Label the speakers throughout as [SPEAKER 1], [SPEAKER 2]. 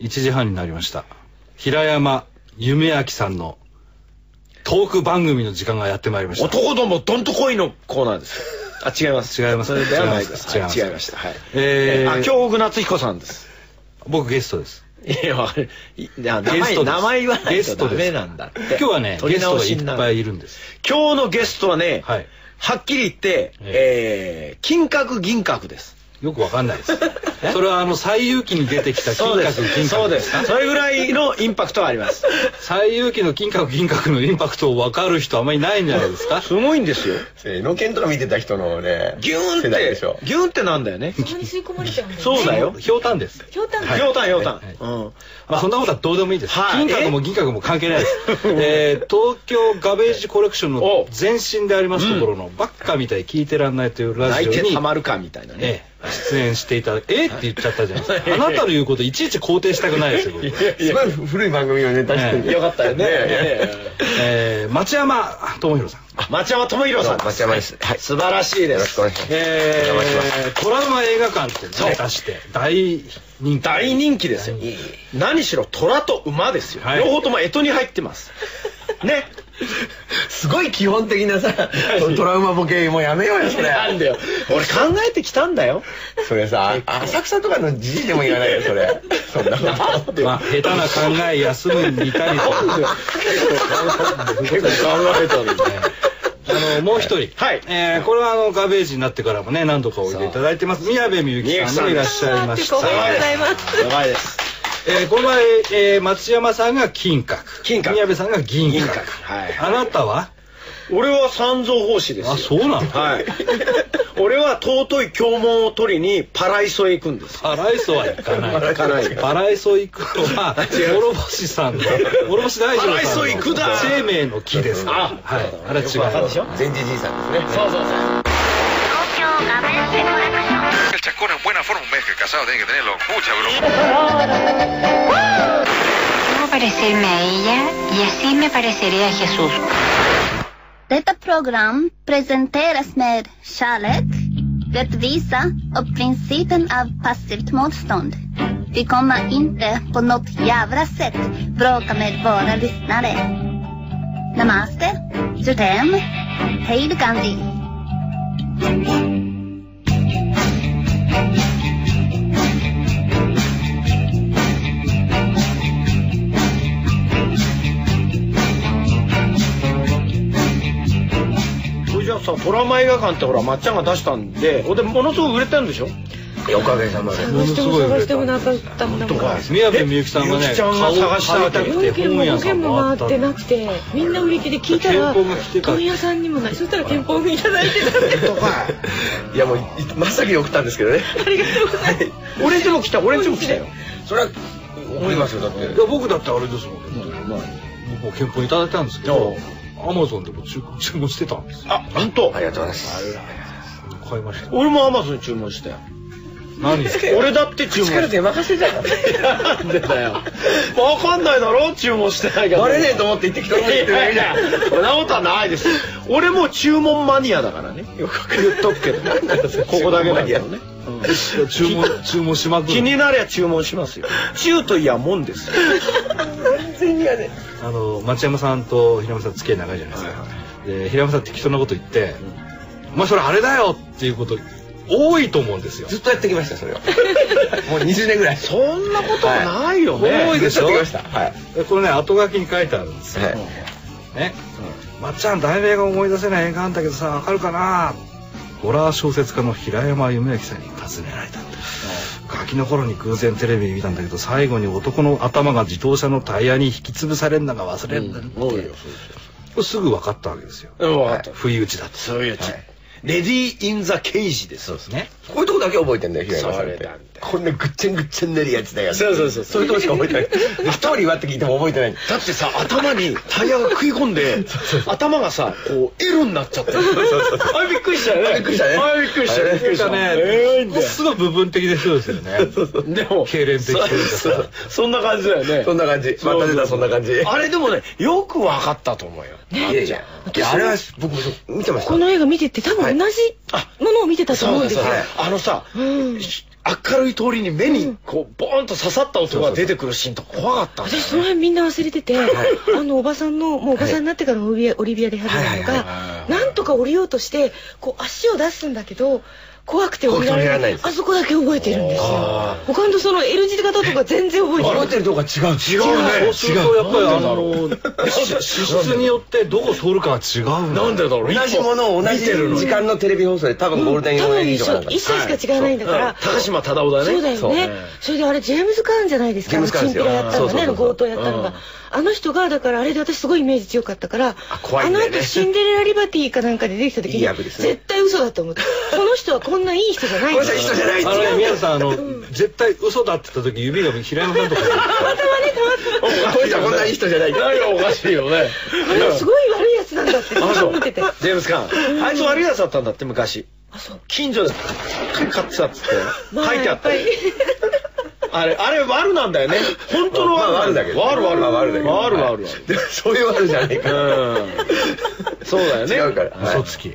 [SPEAKER 1] 1時半になりました平山夢明さんのトーク番組の時間がやってまいりました
[SPEAKER 2] 男どもどんとこいのコーナー です。あ、違います。
[SPEAKER 1] 違います
[SPEAKER 2] それではないです。
[SPEAKER 1] 違い
[SPEAKER 2] 違い
[SPEAKER 1] ま
[SPEAKER 2] ますす。違いました。はい。
[SPEAKER 1] えー
[SPEAKER 2] あ、京極夏彦さんです。
[SPEAKER 1] 僕ゲストです
[SPEAKER 2] いや、わかるいや名
[SPEAKER 1] ゲストで
[SPEAKER 2] 前、
[SPEAKER 1] す
[SPEAKER 2] 名前言わな
[SPEAKER 1] ゲ
[SPEAKER 2] い
[SPEAKER 1] ス
[SPEAKER 2] と
[SPEAKER 1] トで
[SPEAKER 2] ダ
[SPEAKER 1] す
[SPEAKER 2] メなんだって。
[SPEAKER 1] 今日はね
[SPEAKER 2] 取
[SPEAKER 1] ゲ
[SPEAKER 2] り
[SPEAKER 1] スト
[SPEAKER 2] 直
[SPEAKER 1] が
[SPEAKER 2] し
[SPEAKER 1] い
[SPEAKER 2] に
[SPEAKER 1] っ
[SPEAKER 2] な
[SPEAKER 1] ぱいいるんです
[SPEAKER 2] 今日のゲストはね、
[SPEAKER 1] はい
[SPEAKER 2] はっきり言って、えー金閣銀閣です。
[SPEAKER 1] よくわかんないですそれはあの最遊記に出てきた金
[SPEAKER 2] そうで
[SPEAKER 1] 閣
[SPEAKER 2] す。
[SPEAKER 1] 銀
[SPEAKER 2] そ
[SPEAKER 1] 閣
[SPEAKER 2] うで
[SPEAKER 1] ですか
[SPEAKER 2] す。それぐらいのインパクトはあります。
[SPEAKER 1] 最遊記の金閣銀閣のインパクトを分かる人あんまりいないんじゃない ですか
[SPEAKER 2] すごいんですよ。
[SPEAKER 3] えー農研とか見てた人のね
[SPEAKER 2] ギューンっ
[SPEAKER 3] 世代
[SPEAKER 2] て
[SPEAKER 3] でしょ、
[SPEAKER 2] ギューンってなんだよね。
[SPEAKER 4] そこに吸い込まれちゃうんだよね。
[SPEAKER 2] そうだよ
[SPEAKER 1] ひょうたんです
[SPEAKER 4] ひょうたんだ
[SPEAKER 2] ひょうたんひょうたん。
[SPEAKER 1] はい
[SPEAKER 2] うん。
[SPEAKER 1] まあ、そんなことはどうでもいいです。
[SPEAKER 2] はい
[SPEAKER 1] 金閣も銀閣も関係ないです。えー東京ガベージコレクションの
[SPEAKER 2] お
[SPEAKER 1] 前身でありますところの、ばっかみたい聞いてらんないというラジ
[SPEAKER 2] 泣
[SPEAKER 1] オ
[SPEAKER 2] いて
[SPEAKER 1] に
[SPEAKER 2] た、まるかみたいなね。
[SPEAKER 1] ええ出演していただええって言っちゃったじゃないですか。あなたの言うこといちいち肯定したくないですよ、僕
[SPEAKER 3] すごい古い番組を ね出して
[SPEAKER 1] ええ
[SPEAKER 3] る
[SPEAKER 2] よかったよね。
[SPEAKER 1] えー、町山智博さん。
[SPEAKER 2] 町山智博さん。
[SPEAKER 3] 町山ですはい
[SPEAKER 2] 素晴らしいで
[SPEAKER 3] よろし
[SPEAKER 2] す
[SPEAKER 3] くお。願いします
[SPEAKER 1] え
[SPEAKER 3] お邪魔し
[SPEAKER 1] ー、トラウマ映画館って
[SPEAKER 2] そう
[SPEAKER 1] ね出して、大人気。
[SPEAKER 2] 大人気ですよ。何しろ虎と馬ですよ。
[SPEAKER 1] はい
[SPEAKER 2] 両方とも干支に入ってます。ね。
[SPEAKER 3] すごい基本的なさトラウマボケもうやめようよそれ
[SPEAKER 2] なんだよ。俺考えてきたんだよ。
[SPEAKER 3] それさ浅草とかのじじいでも言わないよそれそんなこと
[SPEAKER 1] まあ、下手な考え休むにいたりとか。
[SPEAKER 2] 結構考えたんだよ。
[SPEAKER 1] あのもう一人、
[SPEAKER 2] はい
[SPEAKER 1] えーこれはあのガベージになってからもね何度かおいでいただいてます宮部みゆきさんもいらっしゃいまし
[SPEAKER 4] お
[SPEAKER 1] た
[SPEAKER 4] めでとうございます。
[SPEAKER 2] やばいです。
[SPEAKER 1] えーこの前、えー松山さんが金閣
[SPEAKER 2] 金閣
[SPEAKER 1] 宮部さんが銀閣
[SPEAKER 2] 銀閣はい
[SPEAKER 1] あなたは
[SPEAKER 2] 俺は三蔵法師ですよ。
[SPEAKER 1] あそうなの
[SPEAKER 2] はい。俺は尊い経文を取りにパライソへ行くんです。
[SPEAKER 1] パライソは行かない
[SPEAKER 2] 行かない
[SPEAKER 1] パライソ行くのは 諸星さんの諸星大
[SPEAKER 2] パラ
[SPEAKER 1] 丈
[SPEAKER 2] イ
[SPEAKER 1] さん
[SPEAKER 2] ソ
[SPEAKER 1] の
[SPEAKER 2] 行くだ
[SPEAKER 1] 生命の木ですから
[SPEAKER 2] あ
[SPEAKER 1] はい、あれは違
[SPEAKER 2] よくわかる
[SPEAKER 1] う
[SPEAKER 2] でしょ
[SPEAKER 3] 全じじいさんですね
[SPEAKER 2] そうそうそう。
[SPEAKER 5] El chacón en buena forma, un mes que casado tiene que tenerlo. Mucha broma.
[SPEAKER 6] Quiero parecerme a ella y así me pareceré a Jesús.
[SPEAKER 7] Detta program presenteras med kärlek, rättvisa och principen av passivt motstånd. Vi kommer inte på något jävla sätt bråka med våra lyssnare. Namaste, Jodem, Hej då Gandhi.
[SPEAKER 2] それじゃあさトラウマ映画館ってほらまっちゃんが出したんでほんでものすごく売れたんでしょ
[SPEAKER 3] おかげさまで
[SPEAKER 4] 探しても探してもなかったんだもん。
[SPEAKER 1] 宮部みゆきさんが
[SPEAKER 2] みゆ
[SPEAKER 1] ね
[SPEAKER 2] きちゃんが探したわけ
[SPEAKER 1] 顔を買い
[SPEAKER 4] 4
[SPEAKER 1] たくて
[SPEAKER 4] 件も
[SPEAKER 1] 本屋
[SPEAKER 4] 5
[SPEAKER 1] さん
[SPEAKER 4] 件も
[SPEAKER 1] もあ
[SPEAKER 4] 回
[SPEAKER 1] った
[SPEAKER 4] ってなくてみんな売り切れ聞いたら
[SPEAKER 1] 憲法が来てから
[SPEAKER 4] 問屋さんにもないそしたら憲法もいただいてたんで
[SPEAKER 3] いやもうい真っ先に送ったんですけどね
[SPEAKER 4] ありがとうございます
[SPEAKER 2] 俺でも来た俺でも来たよ
[SPEAKER 3] それは思いますよだって
[SPEAKER 1] いや僕だってあれですもん、僕も憲法いただいたんですけどアマゾンでも注注文してたんですよ
[SPEAKER 2] あ本当
[SPEAKER 3] ありがとうございます
[SPEAKER 1] 買いました
[SPEAKER 2] 俺もアマゾン注文したよ
[SPEAKER 1] 何ですか
[SPEAKER 2] 俺だって注文
[SPEAKER 3] 力
[SPEAKER 2] した
[SPEAKER 3] で任せじゃん
[SPEAKER 2] なんでだよわかんないだろ注文してないから
[SPEAKER 3] バレねえと思って行ってきた
[SPEAKER 2] い
[SPEAKER 3] のに
[SPEAKER 2] やいやいやそんなことはないです俺も注文マニアだからねよく言っとくけどここだけだけどね
[SPEAKER 1] 注文注文しまく
[SPEAKER 2] 気
[SPEAKER 1] る
[SPEAKER 2] になりゃ注文します よ中といやもんですよ
[SPEAKER 1] あの町山さんと平山さん付き合い長いじゃないですか、で平山さん適当なこと言って「お前それあれだよ!」っていうこと多いと思うんですよ
[SPEAKER 3] ずっとやってきましたそれをもう20年ぐらい
[SPEAKER 2] そんなことはないよね、
[SPEAKER 1] 多いでしょ
[SPEAKER 3] ずっとやってきましたはい
[SPEAKER 1] でこれね後書きに書いてあるんですよ
[SPEAKER 3] はい
[SPEAKER 1] ね、まっちゃん題名が思い出せない映画なんだけどさわかるかなホラー小説家の平山夢明さんに尋ねられたってガキの頃に偶然テレビ見たんだけど最後に男の頭が自動車のタイヤに引き潰されるのが忘れるんだ、こ
[SPEAKER 2] 多いよ
[SPEAKER 1] れすぐ分かったわけですよ
[SPEAKER 2] うん分かった
[SPEAKER 1] 不意打ちだと
[SPEAKER 2] そういうやつ、レディー・イン・ザ・ケイジですそうです
[SPEAKER 1] ね
[SPEAKER 3] こういうとこだけ覚えてんだよ平山さんっ
[SPEAKER 2] それ
[SPEAKER 3] て
[SPEAKER 2] なんだ
[SPEAKER 3] こんなぐっちゃんぐっちゃんなるやつだよ
[SPEAKER 2] そうそうそう
[SPEAKER 3] そういうとこしか覚えてないストーリーはって聞いても覚えてない
[SPEAKER 2] だってさ頭にタイヤが食い込んで頭がさこう L になっちゃってるあれびっくりしたよね
[SPEAKER 3] びっくりしたね
[SPEAKER 2] あれびっくりしたね
[SPEAKER 3] あ
[SPEAKER 2] び
[SPEAKER 3] れ
[SPEAKER 2] っくりした
[SPEAKER 1] ね
[SPEAKER 2] えらいんだよ
[SPEAKER 1] すごい部分的でそうですよね
[SPEAKER 2] でも
[SPEAKER 1] 痙攣的というか
[SPEAKER 2] そそそんな感じだよね
[SPEAKER 3] そんな感じまた出たそんな感じ
[SPEAKER 2] あれでもねよく分かったと思うよ
[SPEAKER 3] いやいやいやあれは僕も見てました
[SPEAKER 4] この映画見てて多分同じものを見てたと思うんですよ
[SPEAKER 2] あのさ、
[SPEAKER 4] うん
[SPEAKER 2] 明るい通りに目にこうボーンと刺さった音が出てくるシーンとか怖かったんだよ
[SPEAKER 4] 私
[SPEAKER 2] ね
[SPEAKER 4] その辺みんな忘れてて、あのおばさんのもうおばさんになってからオリビアオリビアで始
[SPEAKER 2] はい
[SPEAKER 3] はい
[SPEAKER 4] めたの
[SPEAKER 2] はいは
[SPEAKER 4] が
[SPEAKER 2] い
[SPEAKER 4] なんとか降りようとしてこう足を出すんだけど怖くて降りら
[SPEAKER 3] 降
[SPEAKER 4] れない
[SPEAKER 3] りられないです
[SPEAKER 4] あそこだけ覚えてるんですよ
[SPEAKER 2] あ
[SPEAKER 4] 他のその L 字型とか全然覚えて
[SPEAKER 3] 覚
[SPEAKER 4] な
[SPEAKER 3] え
[SPEAKER 4] い
[SPEAKER 3] てるとこが違う。違
[SPEAKER 8] そうするとやっぱりあの
[SPEAKER 2] で
[SPEAKER 8] し資質によってどこ通るかは違う
[SPEAKER 2] なんでだろう
[SPEAKER 3] 同じものを同じ時間のテレビ放送で多分ゴールデン
[SPEAKER 4] 多
[SPEAKER 3] オンエア
[SPEAKER 4] 分
[SPEAKER 3] 以
[SPEAKER 4] 一
[SPEAKER 3] 上な
[SPEAKER 4] 緒
[SPEAKER 3] んだ
[SPEAKER 4] 一切しか違わないんだから、
[SPEAKER 2] 高島忠夫だね
[SPEAKER 4] そうだよね
[SPEAKER 2] そう
[SPEAKER 4] それであれジェームズ・カーンじゃないです
[SPEAKER 3] ジェー
[SPEAKER 4] か
[SPEAKER 3] ムズカーン
[SPEAKER 4] チ
[SPEAKER 3] です
[SPEAKER 4] ンピ
[SPEAKER 3] よ
[SPEAKER 4] ラやったの
[SPEAKER 3] そうそうそ
[SPEAKER 4] ねの
[SPEAKER 3] うそう
[SPEAKER 4] 強盗やったの
[SPEAKER 2] うん
[SPEAKER 4] があの人がだからあれで私すごいイメージ強かったから
[SPEAKER 3] あ怖いんだよね
[SPEAKER 4] あの後シンデレラ・リバティかなんかでできた時
[SPEAKER 3] いい
[SPEAKER 4] に
[SPEAKER 3] 役ですね
[SPEAKER 4] 絶対嘘だと思ってこの人はこんないい人じゃない
[SPEAKER 3] この人いい人じゃない
[SPEAKER 8] あのね宮野さんあ の絶対嘘だって言った時指が平山さんとか
[SPEAKER 3] こいつはこんないい人じゃない。
[SPEAKER 2] 何がおかしいよね
[SPEAKER 4] あのすごい悪いやつなんだってずっ
[SPEAKER 2] あ
[SPEAKER 4] と
[SPEAKER 2] そう
[SPEAKER 4] 思ってて
[SPEAKER 2] ジェームス・カーンあいつ悪いやつだったんだって昔
[SPEAKER 4] あそう
[SPEAKER 2] 近所で買ってたっつって
[SPEAKER 4] まあ
[SPEAKER 2] 書いてあ
[SPEAKER 4] や
[SPEAKER 2] っ
[SPEAKER 4] ったぱり
[SPEAKER 2] あれあれ悪なんだよね本当の
[SPEAKER 3] まあ
[SPEAKER 2] 悪
[SPEAKER 3] 悪だけど。
[SPEAKER 2] 悪悪
[SPEAKER 3] まあ悪だけど。
[SPEAKER 2] 悪悪悪
[SPEAKER 3] はいでもそういう悪じゃないから。
[SPEAKER 2] うん そうだよね
[SPEAKER 3] 違うから。はい
[SPEAKER 8] 嘘つき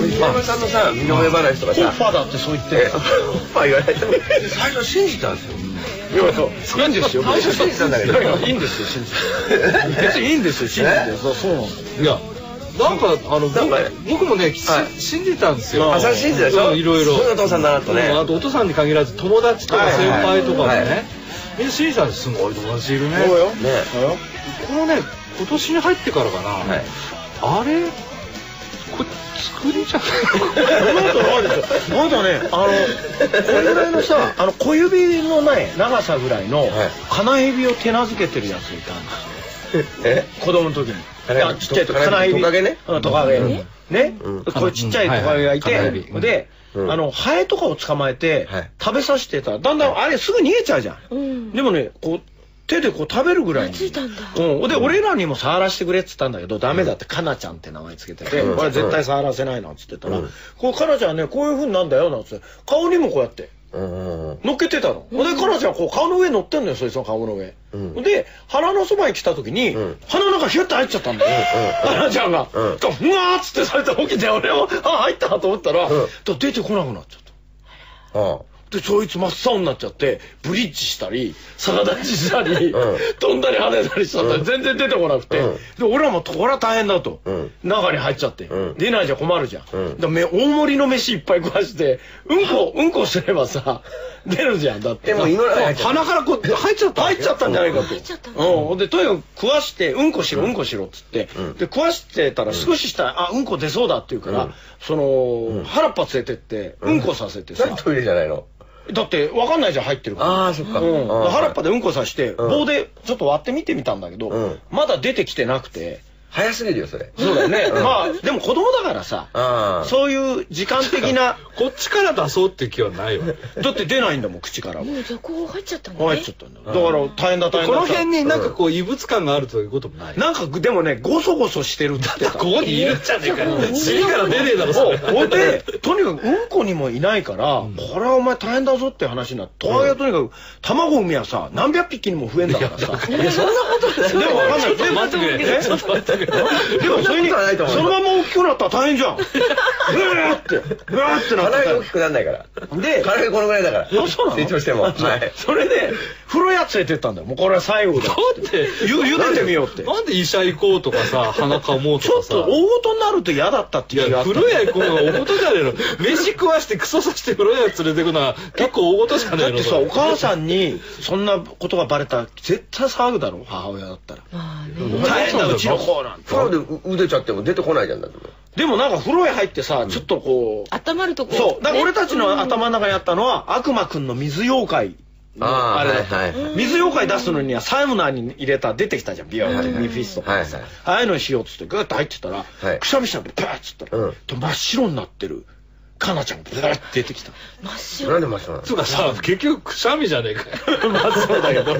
[SPEAKER 3] 俺平山さんのさ身の上話とか
[SPEAKER 2] ホッ
[SPEAKER 3] さ
[SPEAKER 2] ファーだってそう言って
[SPEAKER 3] え
[SPEAKER 2] る
[SPEAKER 3] まあ言われても最初信じたんですよ
[SPEAKER 2] いやそういいんですよ
[SPEAKER 3] 最初信じたんだけど
[SPEAKER 2] いやいやいいんですよ信じて別にいいんですよ信じて
[SPEAKER 3] え
[SPEAKER 2] そうそうなんです
[SPEAKER 8] いやなんかあの
[SPEAKER 3] なんかね
[SPEAKER 8] 僕僕もねし
[SPEAKER 3] はい
[SPEAKER 8] 信じたんですよ
[SPEAKER 2] あ
[SPEAKER 3] 朝信じたでしょ
[SPEAKER 8] うんいろいろ
[SPEAKER 3] そういうお父さんだなとね
[SPEAKER 8] うんあとお父さんに限らず友達とか
[SPEAKER 3] はいはい
[SPEAKER 8] 先輩とかで
[SPEAKER 3] はい
[SPEAKER 8] ねみんな信じたんですすごい友達いるね
[SPEAKER 2] そうよ
[SPEAKER 3] ね
[SPEAKER 2] そうよ
[SPEAKER 8] このね今年に入ってからかな、
[SPEAKER 3] はい
[SPEAKER 8] あれこれ作りじゃない
[SPEAKER 2] そんなことないですよ なんかねあのこれぐらいのさあの小指のない長さぐらいの
[SPEAKER 3] はい
[SPEAKER 2] 金指を手なずけてるやついたんですよ
[SPEAKER 3] え
[SPEAKER 2] 子供の時に
[SPEAKER 3] 金指
[SPEAKER 2] あちっちゃい時
[SPEAKER 3] 金
[SPEAKER 2] 金指
[SPEAKER 3] 指トカゲね
[SPEAKER 2] うんトカゲね
[SPEAKER 3] うん
[SPEAKER 2] これちっちゃいトカゲがい
[SPEAKER 8] 金
[SPEAKER 2] て
[SPEAKER 8] 指うん
[SPEAKER 2] で
[SPEAKER 3] うん
[SPEAKER 2] あのハエとかを捕まえて
[SPEAKER 3] はい
[SPEAKER 2] 食べさせてたらだんだんあれすぐ逃げちゃうじゃん
[SPEAKER 4] うん
[SPEAKER 2] でもねこう手でこう食べるぐらいに
[SPEAKER 4] ついたんだ
[SPEAKER 2] うん、で俺らにも触らせてくれって言ったんだけど、ダメだってかなちゃんって名前つけてて、
[SPEAKER 3] うん
[SPEAKER 2] これ絶対触らせないなっつってたら、
[SPEAKER 3] うん
[SPEAKER 2] こうかなちゃんねこういう風になんだよなんつって顔にもこうやって
[SPEAKER 3] うんうん
[SPEAKER 2] 乗っけてたの、でかなちゃんこう顔の上乗ってんのよそいつの顔の上、
[SPEAKER 3] うん
[SPEAKER 2] で鼻のそばに来た時に、
[SPEAKER 3] うん
[SPEAKER 2] 鼻の中ヒュッて入っちゃったんだよ、
[SPEAKER 3] うんうん
[SPEAKER 2] かなちゃんが、
[SPEAKER 3] うん
[SPEAKER 2] うわーっつってされたわけで俺もあ入ったと思ったら,、
[SPEAKER 3] うん
[SPEAKER 2] 出てこなくなっちゃった
[SPEAKER 3] あ
[SPEAKER 2] で、そいつ真っ青になっちゃって、ブリッジしたり、逆立ちしたり、
[SPEAKER 3] うん
[SPEAKER 2] 飛んだり跳ねたりしちゃったり、全然出てこなくて、
[SPEAKER 3] うん
[SPEAKER 2] で、俺らも、これは大変だと、
[SPEAKER 3] うん
[SPEAKER 2] 中に入っちゃって、
[SPEAKER 3] うん
[SPEAKER 2] 出ないじゃ困るじゃん。
[SPEAKER 3] うん
[SPEAKER 2] だめ大盛りの飯いっぱい食わして、うんこ、うんこすればさ、出るじゃん、だって。
[SPEAKER 3] でも今の入っちゃった
[SPEAKER 2] 鼻からこう、入っちゃった。入っちゃったんじゃないかと。
[SPEAKER 4] っちゃったん
[SPEAKER 2] うん。で、とにかく食わして、うんこしろ、うんこしろっつって、
[SPEAKER 3] うん
[SPEAKER 2] で、食わしてたら少ししたら、あ、うんこ出そうだって言うから、
[SPEAKER 3] うん
[SPEAKER 2] その、腹っぱ連れてって、うんこさせ てさ、
[SPEAKER 3] 何トイレじゃないの
[SPEAKER 2] だって分かんないじゃん入ってるから。
[SPEAKER 3] あーそっか
[SPEAKER 2] うん、
[SPEAKER 3] あー
[SPEAKER 2] 腹っぱでうんこさして、
[SPEAKER 3] うん
[SPEAKER 2] 棒でちょっと割って見てみたんだけど、
[SPEAKER 3] うん
[SPEAKER 2] まだ出てきてなくて。
[SPEAKER 3] 早すぎるよそれ
[SPEAKER 2] そうだよね。
[SPEAKER 3] うん
[SPEAKER 2] まあ、でも子供だからさ、
[SPEAKER 3] ああ
[SPEAKER 2] そういう時間的な、
[SPEAKER 8] こっちから出そうっていう気はないわね
[SPEAKER 2] だって出ないんだもん、口からは。
[SPEAKER 4] もうじゃあこう入っちゃったんだね
[SPEAKER 2] 入っちゃったんだよ。だから大変だ大変だ。
[SPEAKER 8] この辺になんかこう異物感があるということもない
[SPEAKER 2] なんかでもね、ごそごそしてるって 言ってた。
[SPEAKER 8] こにいるんじゃねえかよ
[SPEAKER 4] うん
[SPEAKER 8] 尻から出ねえだろそ
[SPEAKER 2] そ
[SPEAKER 8] れ
[SPEAKER 2] うほんで、とにかくうんこにもいないから、これはお前大変だぞって話になって、トカゲはとにかく卵産みはさ、何百匹にも増えんだからさ。
[SPEAKER 3] いやそんなことない
[SPEAKER 2] でもわかんない。
[SPEAKER 8] ちょっと待ってくれ
[SPEAKER 2] え
[SPEAKER 8] ちょっと待って
[SPEAKER 2] でもそれに
[SPEAKER 3] そんなことはないと思う
[SPEAKER 2] そのまま大きくなったら大変じゃんブーってブーってなってた
[SPEAKER 3] 体が
[SPEAKER 2] ら
[SPEAKER 3] 大きくなんないから。
[SPEAKER 2] で
[SPEAKER 3] 体がこのぐらいだから。
[SPEAKER 2] あそうなの
[SPEAKER 3] 成長しても。は
[SPEAKER 2] あそう
[SPEAKER 3] い。
[SPEAKER 2] それで風呂屋連れてったんだよもうこれは最後だ
[SPEAKER 1] だって
[SPEAKER 2] ゆゆでてみようって
[SPEAKER 1] なんで医者行こうとかさ鼻かもう
[SPEAKER 2] ち
[SPEAKER 1] と
[SPEAKER 2] ょ
[SPEAKER 1] か
[SPEAKER 2] っ
[SPEAKER 1] さ
[SPEAKER 2] と大事になると嫌だったって
[SPEAKER 1] い
[SPEAKER 2] 気があ
[SPEAKER 1] や、
[SPEAKER 2] った
[SPEAKER 1] 風呂屋行くのが大事じゃねえの。飯食わしてクソさして風呂屋連れてくのは結構大事じゃね
[SPEAKER 2] だ
[SPEAKER 1] え
[SPEAKER 2] っ
[SPEAKER 1] の。
[SPEAKER 2] てさお母さんにそんなことがバレたら絶対騒ぐだろ母親だったら
[SPEAKER 4] まあね
[SPEAKER 2] 大変だうちの子なんて
[SPEAKER 3] 風呂でううでちゃっても出てこないじゃんだって。
[SPEAKER 2] でもなんか風呂へ入ってさちょっとこう
[SPEAKER 4] 温まるとこ
[SPEAKER 2] そうだから俺たちの頭の
[SPEAKER 4] の
[SPEAKER 2] 中にあったのは悪魔くんの水妖怪
[SPEAKER 3] あ
[SPEAKER 2] の
[SPEAKER 3] あ
[SPEAKER 2] あれだった
[SPEAKER 3] はいはいはい
[SPEAKER 2] 水妖怪出すのにはサウナに入れた出てきたじゃんビヨーンって
[SPEAKER 3] はいはい
[SPEAKER 2] ミフィストとかさ
[SPEAKER 3] はいはい
[SPEAKER 2] ああいうのにしようっつってグーッと入ってたら
[SPEAKER 3] はい
[SPEAKER 2] くしゃみしゃべってパーッつったら
[SPEAKER 3] うん
[SPEAKER 2] と真っ白になってるかなちゃんがブーッて出てきた
[SPEAKER 4] 真っ白
[SPEAKER 3] なんで真っ白なの
[SPEAKER 1] つうかさ、結局くしゃみじゃねえか よ。まあそうだけど。
[SPEAKER 4] こ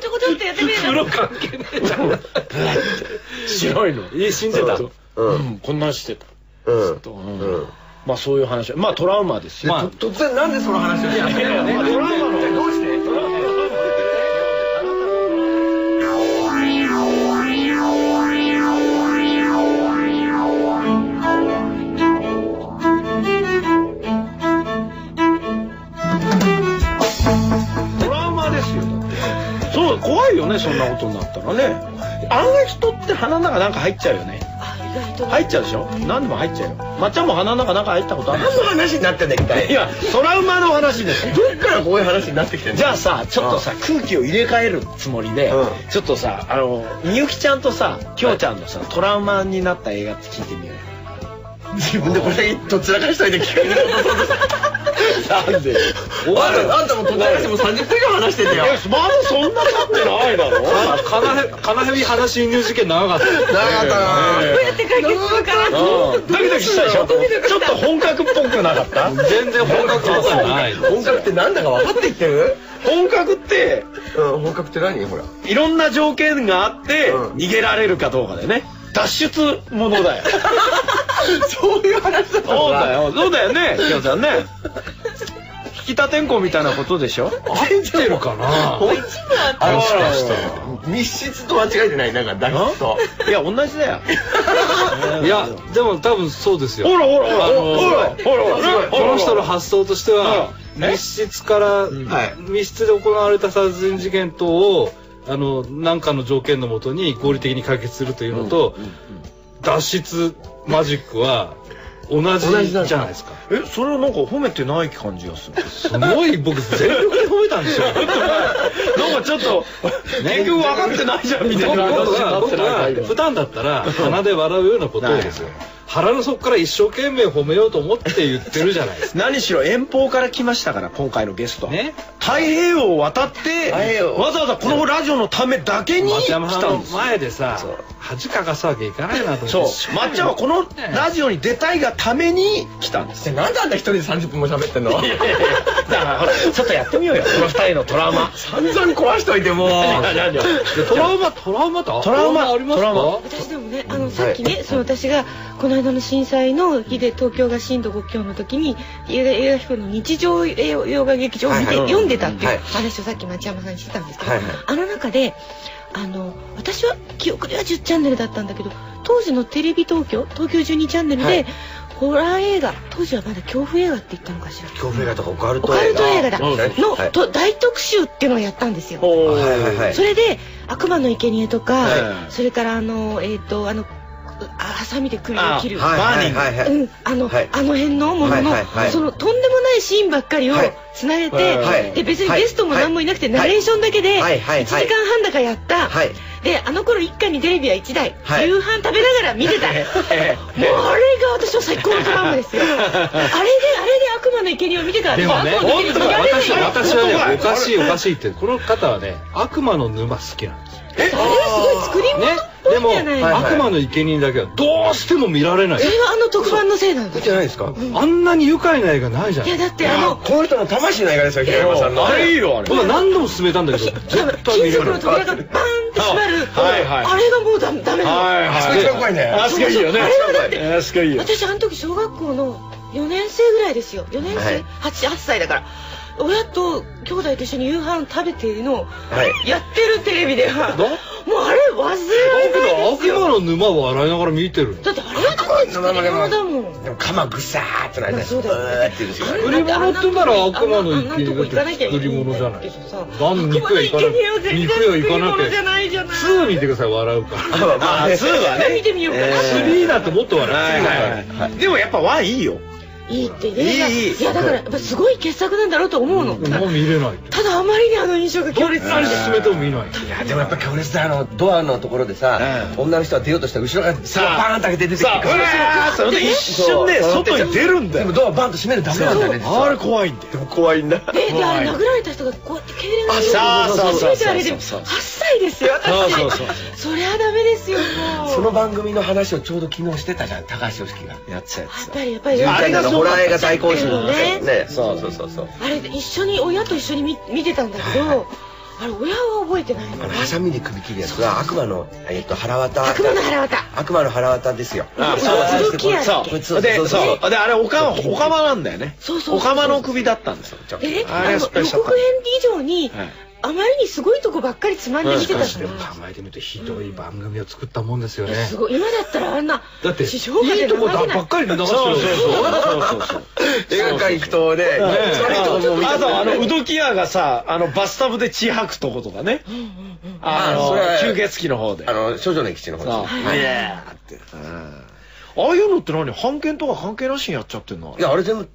[SPEAKER 4] ちょこちょってやってみる
[SPEAKER 1] 風呂関係ねえじゃん。
[SPEAKER 2] 白いの
[SPEAKER 1] え、死んでた。
[SPEAKER 3] う。
[SPEAKER 2] うんんこんなんしてた
[SPEAKER 3] うん。
[SPEAKER 2] と
[SPEAKER 3] うん。
[SPEAKER 2] まあそういう話まあトラウマですよ
[SPEAKER 1] まあ、
[SPEAKER 3] 突然なんでその話をしたの
[SPEAKER 2] まあトラウマの
[SPEAKER 3] どうして
[SPEAKER 2] トラウマですよだってそう怖いよねそんなことになったらね案外人って鼻の中なんか入っちゃうよね
[SPEAKER 4] あ意外と
[SPEAKER 2] 入っちゃうでしょ何でも入っちゃうよまっちゃんも鼻の中なんか入ったことある
[SPEAKER 3] 何の話になってんだ一体
[SPEAKER 2] いやトラウマの話ですよ
[SPEAKER 3] どっからこういう話になってきてんの
[SPEAKER 2] じゃあさちょっとさ空気を入れ替えるつもりで、
[SPEAKER 3] うん
[SPEAKER 2] ちょっとさあのみゆきちゃんとさきょうちゃんのさ、トラウマになった映画って聞いてみようよ
[SPEAKER 3] 自分でこれだけとっちらかしといて聞かれること
[SPEAKER 2] なんで
[SPEAKER 3] あんたあんたもとっちらかしてもう30分以上話してんだよ
[SPEAKER 2] まだそんな経ってないだ ろ
[SPEAKER 1] かなへ、かなへび話侵入事件長かった。
[SPEAKER 3] 長かったな
[SPEAKER 4] どうやって解決するかな
[SPEAKER 2] うんドキドキしたでしょちょっと本格っぽくなかった
[SPEAKER 1] 全然本格とかない。
[SPEAKER 3] 本格ってなんだか分かってきてる
[SPEAKER 2] 本格って
[SPEAKER 3] うん本格って何ほら
[SPEAKER 2] いろんな条件があって
[SPEAKER 3] うん
[SPEAKER 2] 逃げられるかどうかだよね脱出ものだよ
[SPEAKER 3] そういう話だった
[SPEAKER 2] そうだよ そうだよねきょうちゃんね引田天候みたいなことでしょ
[SPEAKER 1] 合ってるかな
[SPEAKER 3] 本あの
[SPEAKER 2] もしかして
[SPEAKER 3] 密室と間違えてないなんかだけと
[SPEAKER 2] いや同じだ よ
[SPEAKER 1] いや、でも多分そうですよ。
[SPEAKER 2] ほらほらほら
[SPEAKER 1] あの
[SPEAKER 2] ほらほらほら
[SPEAKER 1] この人の発想としては
[SPEAKER 2] うんえ
[SPEAKER 1] 密室から
[SPEAKER 3] はい
[SPEAKER 1] 密室で行われた殺人事件等をあの何かの条件のもとに合理的に解決するというのと脱出マジックは同
[SPEAKER 3] 同
[SPEAKER 1] じ
[SPEAKER 3] じ
[SPEAKER 1] じ
[SPEAKER 3] だ
[SPEAKER 1] ゃないですか。
[SPEAKER 2] えそれなんか褒めてない感じがする
[SPEAKER 1] すごい僕全力で褒めたん ですよ。
[SPEAKER 2] なんかちょっと結局分かってないじゃんみ
[SPEAKER 1] 僕
[SPEAKER 2] たいな話に
[SPEAKER 1] は
[SPEAKER 2] なっ
[SPEAKER 1] 僕
[SPEAKER 2] てな
[SPEAKER 1] はい普段だったら鼻で笑うようなことをですよ。腹の底から一生懸命褒めようと思って言ってるじゃないですか。
[SPEAKER 2] 何しろ遠方から来ましたから今回のゲストは
[SPEAKER 1] ね。
[SPEAKER 2] 太平洋を渡って
[SPEAKER 3] 太平洋
[SPEAKER 2] わざわざこのラジオのためだけに
[SPEAKER 1] 松
[SPEAKER 2] 来た
[SPEAKER 1] 山さんの
[SPEAKER 2] んですよ
[SPEAKER 1] 前でさ
[SPEAKER 3] そう
[SPEAKER 1] 恥かかすわけいかないなと
[SPEAKER 2] そ
[SPEAKER 1] 思
[SPEAKER 2] う
[SPEAKER 1] って
[SPEAKER 2] 抹茶はこのラジオに出たいがために来たんです
[SPEAKER 3] じゃあなんであんた一人で30分も喋ってんの
[SPEAKER 2] だからほらちょっとやってみようよこの二人のトラウマ
[SPEAKER 3] 散々壊しといてもう
[SPEAKER 2] 何よ
[SPEAKER 1] でトラウマトラウマと
[SPEAKER 2] トラウマ
[SPEAKER 1] あります
[SPEAKER 2] トラウマ
[SPEAKER 1] か
[SPEAKER 4] 私でもねあのさっきねその私がこの間の震災の日で東京が震度5強の時に映画映画彦の日常洋画劇場を見て
[SPEAKER 3] はいはい
[SPEAKER 4] 読んでたってい
[SPEAKER 3] は
[SPEAKER 4] う
[SPEAKER 3] い
[SPEAKER 4] 話をさっき町山さんにしてたんですけど
[SPEAKER 3] はいはい
[SPEAKER 4] あの中であの私は記憶では10チャンネルだったんだけど当時のテレビ東京東京12チャンネル
[SPEAKER 3] は
[SPEAKER 4] で
[SPEAKER 3] い
[SPEAKER 4] ホラー映画当時はまだ恐怖映画って言ったのかしら
[SPEAKER 3] 恐怖映画とかオカル
[SPEAKER 4] オ
[SPEAKER 3] ト
[SPEAKER 4] カ
[SPEAKER 3] 映
[SPEAKER 4] ル
[SPEAKER 3] 画
[SPEAKER 4] ト映画だ
[SPEAKER 3] うん
[SPEAKER 4] の
[SPEAKER 3] はい
[SPEAKER 4] と大特集っていうのをやったんですよ。
[SPEAKER 2] おー
[SPEAKER 3] はいはいはい
[SPEAKER 4] それで悪魔の生贄とか、
[SPEAKER 2] はい
[SPEAKER 4] それからあのえっ、とあのあハサミで首を
[SPEAKER 2] あ
[SPEAKER 4] 切る、
[SPEAKER 2] はい
[SPEAKER 3] はいはいはい
[SPEAKER 4] うん、あの、
[SPEAKER 3] はい
[SPEAKER 4] あの辺のものの、
[SPEAKER 3] はいはいはい
[SPEAKER 4] そのとんでもないシーンばっかりを
[SPEAKER 3] はい
[SPEAKER 4] つなげて、
[SPEAKER 3] はい
[SPEAKER 4] で別に
[SPEAKER 3] はい
[SPEAKER 4] ゲストも何もいなくて、
[SPEAKER 3] はい
[SPEAKER 4] ナレーションだけで
[SPEAKER 3] はいはい
[SPEAKER 4] 1時間半だかやった、
[SPEAKER 3] はい
[SPEAKER 4] であの頃一家にテレビは1台、
[SPEAKER 3] はい
[SPEAKER 4] 夕飯食べながら見てたもうあれが私の最高のドラマですよあれであれで悪魔の生贄を見てから
[SPEAKER 1] でもね
[SPEAKER 4] 悪魔の生
[SPEAKER 1] 本
[SPEAKER 4] 贄
[SPEAKER 1] 当
[SPEAKER 4] 見ら
[SPEAKER 1] は
[SPEAKER 4] れない
[SPEAKER 1] 私は私は
[SPEAKER 2] あれ
[SPEAKER 1] ねおかしいおかしいってこの方はね悪魔の沼好きなんですよ
[SPEAKER 4] それはすごい作り物っ
[SPEAKER 1] ね
[SPEAKER 4] ぽ
[SPEAKER 1] で
[SPEAKER 4] いん
[SPEAKER 1] も
[SPEAKER 4] じゃないの、
[SPEAKER 3] はい
[SPEAKER 1] 悪魔の生贄だけはどうしても見られない
[SPEAKER 4] それはあの特番のせいなんだ
[SPEAKER 3] じゃないですか
[SPEAKER 1] あんなに愉快な映画ないじゃん
[SPEAKER 4] いやだってあの
[SPEAKER 3] この人の魂の映画ですよ平山さんの
[SPEAKER 2] あれいいよあれ
[SPEAKER 1] 僕は何度も勧めたんだけど 絶対
[SPEAKER 4] 金
[SPEAKER 1] 見れ
[SPEAKER 4] 属の
[SPEAKER 1] ない
[SPEAKER 4] 扉がバーンって閉まる
[SPEAKER 2] はいはい
[SPEAKER 4] あれがもうダメダメなの
[SPEAKER 3] あそこ一番怖いね
[SPEAKER 2] あそこいいよね
[SPEAKER 4] あれはだって
[SPEAKER 2] あそこいいよ
[SPEAKER 4] 私あの時小学校の4年生ぐらいですよ4年
[SPEAKER 3] は
[SPEAKER 4] 生
[SPEAKER 3] い
[SPEAKER 4] 8, 8歳だから親と兄弟と一緒に夕飯食べてるのを
[SPEAKER 3] はい
[SPEAKER 4] やってるテレビでは
[SPEAKER 1] ど
[SPEAKER 4] もうあれ忘れられないです
[SPEAKER 1] 僕の悪魔
[SPEAKER 4] よ
[SPEAKER 1] の沼を洗いながら見てる
[SPEAKER 4] だってあれはだって作り物だもん
[SPEAKER 3] でも鎌ぐさーってなりたい
[SPEAKER 4] そうだよね
[SPEAKER 3] うーって言うし
[SPEAKER 1] 作り物ってなら悪魔の
[SPEAKER 4] あんなとこ行
[SPEAKER 1] 池
[SPEAKER 4] か
[SPEAKER 1] だ
[SPEAKER 4] な
[SPEAKER 1] っ
[SPEAKER 4] きゃ
[SPEAKER 1] て作
[SPEAKER 4] いけない
[SPEAKER 1] り
[SPEAKER 4] ん
[SPEAKER 1] 物じゃ
[SPEAKER 4] だ
[SPEAKER 1] ない
[SPEAKER 4] けどさ
[SPEAKER 1] ガン肉へ行かな
[SPEAKER 4] 悪魔の池には全然
[SPEAKER 1] 肉へ行かな
[SPEAKER 4] 作り
[SPEAKER 1] き
[SPEAKER 4] 物じゃないじゃない
[SPEAKER 1] 2見てください笑うか
[SPEAKER 3] あまあまあ、
[SPEAKER 2] あ、ツーはね。
[SPEAKER 4] 見てみようかな
[SPEAKER 2] え
[SPEAKER 1] ら
[SPEAKER 2] ー
[SPEAKER 1] 3だともっと
[SPEAKER 2] はい
[SPEAKER 1] 笑う
[SPEAKER 2] はいはい。でもやっぱワンいいよ。
[SPEAKER 4] いいってね
[SPEAKER 2] いいいい
[SPEAKER 4] いやだからやっぱすごい傑作なんだろうと思うの、
[SPEAKER 1] もう見れない
[SPEAKER 4] ただあまりにあの印象が強烈
[SPEAKER 1] 何進めても見ない
[SPEAKER 3] いやでもやっぱ強烈だあのドアのところでさ、
[SPEAKER 2] う
[SPEAKER 3] 女の人が出ようとしたら後ろから
[SPEAKER 2] さあ
[SPEAKER 3] バーンって開けて出てきて
[SPEAKER 2] さあ、うわーそれで一瞬ね、
[SPEAKER 3] そう
[SPEAKER 2] 外に出るんだ
[SPEAKER 3] でも
[SPEAKER 2] よ。
[SPEAKER 3] ドアバンと閉めるとダメなんだよね実は
[SPEAKER 2] あれ怖いんだよ。でも怖いんだ。
[SPEAKER 4] でであれ殴られた人がこうやって痙攣が
[SPEAKER 2] あそうそうそうそう
[SPEAKER 4] あれで
[SPEAKER 2] そうそうそう
[SPEAKER 4] 8歳ですよ私
[SPEAKER 2] そうそうそう
[SPEAKER 4] そりゃダメですよもう
[SPEAKER 3] その番組の話をちょうど昨日してたじゃん高橋良樹が
[SPEAKER 2] やっちゃうや
[SPEAKER 4] や
[SPEAKER 2] つ。
[SPEAKER 4] っぱりやっぱり
[SPEAKER 2] あれがそう
[SPEAKER 3] ホラー映画大行進
[SPEAKER 4] そうね
[SPEAKER 3] ねそうそうそうそう
[SPEAKER 4] あれ一緒に親と一緒に見見てたんだけど、あれ親は覚えてないの
[SPEAKER 3] あの
[SPEAKER 4] ね
[SPEAKER 3] ハサミで首切るやつは悪魔のえっと腹渡
[SPEAKER 4] 悪魔の腹渡
[SPEAKER 3] 悪魔の腹渡ですよ
[SPEAKER 2] あ
[SPEAKER 4] そう
[SPEAKER 3] そう
[SPEAKER 4] 動きや
[SPEAKER 3] そう
[SPEAKER 4] って
[SPEAKER 3] そ
[SPEAKER 2] そ
[SPEAKER 3] う
[SPEAKER 2] う。で、
[SPEAKER 3] そうそう
[SPEAKER 2] そう。で、あれ、おかま、おかまなんだよね。
[SPEAKER 4] そうそうそう
[SPEAKER 2] おかまの首だったんですよ。
[SPEAKER 3] ちょっと
[SPEAKER 4] でね
[SPEAKER 2] あれ
[SPEAKER 4] あの
[SPEAKER 2] は
[SPEAKER 4] 予
[SPEAKER 2] スペ
[SPEAKER 4] 告
[SPEAKER 2] シャ
[SPEAKER 4] 編
[SPEAKER 2] ルだ
[SPEAKER 4] 以上に、
[SPEAKER 2] はい
[SPEAKER 4] あまりにすごいとこばっかりつまんで見てた
[SPEAKER 1] しかし
[SPEAKER 4] か
[SPEAKER 1] でも考
[SPEAKER 4] ら、
[SPEAKER 1] えてみるとひどい番組を作ったもんですよね
[SPEAKER 4] すごい今だったらあんな
[SPEAKER 1] だってい
[SPEAKER 4] 地上波で
[SPEAKER 1] いとこだばっかり流してる
[SPEAKER 2] そうそうそうそう。
[SPEAKER 3] 映画館行くとね悪いとこも見て
[SPEAKER 2] あとあのウドキヤがさあのバスタブで血吐くとことかねあ
[SPEAKER 3] あそれは
[SPEAKER 2] の吸血鬼の方で
[SPEAKER 3] あの少女の基地の方
[SPEAKER 2] さ
[SPEAKER 3] です
[SPEAKER 2] あいやーってうんああいうのって何版権とか関係なしにやっちゃってんの
[SPEAKER 3] いやあれ全部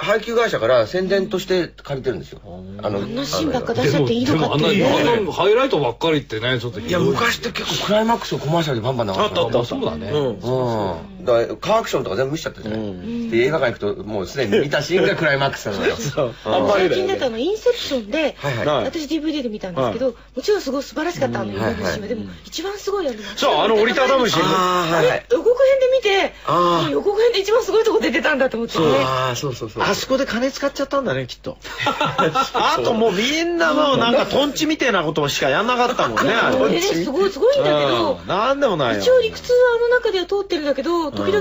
[SPEAKER 3] 配給会社から宣伝として借りてるんですよあの
[SPEAKER 4] あんなシーンばっか出し
[SPEAKER 1] で
[SPEAKER 4] ちゃっ
[SPEAKER 1] も
[SPEAKER 4] ていい
[SPEAKER 1] で
[SPEAKER 4] の
[SPEAKER 1] も
[SPEAKER 4] か
[SPEAKER 1] あん
[SPEAKER 4] って
[SPEAKER 1] な
[SPEAKER 4] いう
[SPEAKER 1] あんなハイライトばっかりってねちょっとひど
[SPEAKER 3] いや昔って結構クライマックスをコマーシャルでバンバン流してた
[SPEAKER 1] あそうだね、
[SPEAKER 2] うん
[SPEAKER 3] うんだからカーアクションとか全部見しちゃったじゃない、
[SPEAKER 4] ん
[SPEAKER 3] で映画館行くともうすでに見たシーンがクライマックスなのよ
[SPEAKER 2] そうあんまり
[SPEAKER 4] 最
[SPEAKER 2] だよ
[SPEAKER 4] 近だ
[SPEAKER 2] ね
[SPEAKER 4] とあのインセプションで、
[SPEAKER 3] はい
[SPEAKER 2] な
[SPEAKER 3] はい
[SPEAKER 2] い
[SPEAKER 4] 私 DVD で見たんですけど、もちろんすごい素晴らしかったあの日本のシーンは、でも一番すごいあの
[SPEAKER 2] そうあの折りたたむシーン
[SPEAKER 3] ああはいはい
[SPEAKER 4] 予告編で見て
[SPEAKER 3] あー
[SPEAKER 4] 予告編で一番すごいとこ出てたんだと思ってね
[SPEAKER 3] ああそうそうそう
[SPEAKER 2] あそこで金使っちゃったんだねきっとあともうみんなもうなんかトンチみてえなことしかやんなかったもんねあれ
[SPEAKER 4] これねすごいすごいんだけど
[SPEAKER 2] うんなんでもないよ
[SPEAKER 4] 一応理屈はあの中では通ってるんだけど時々、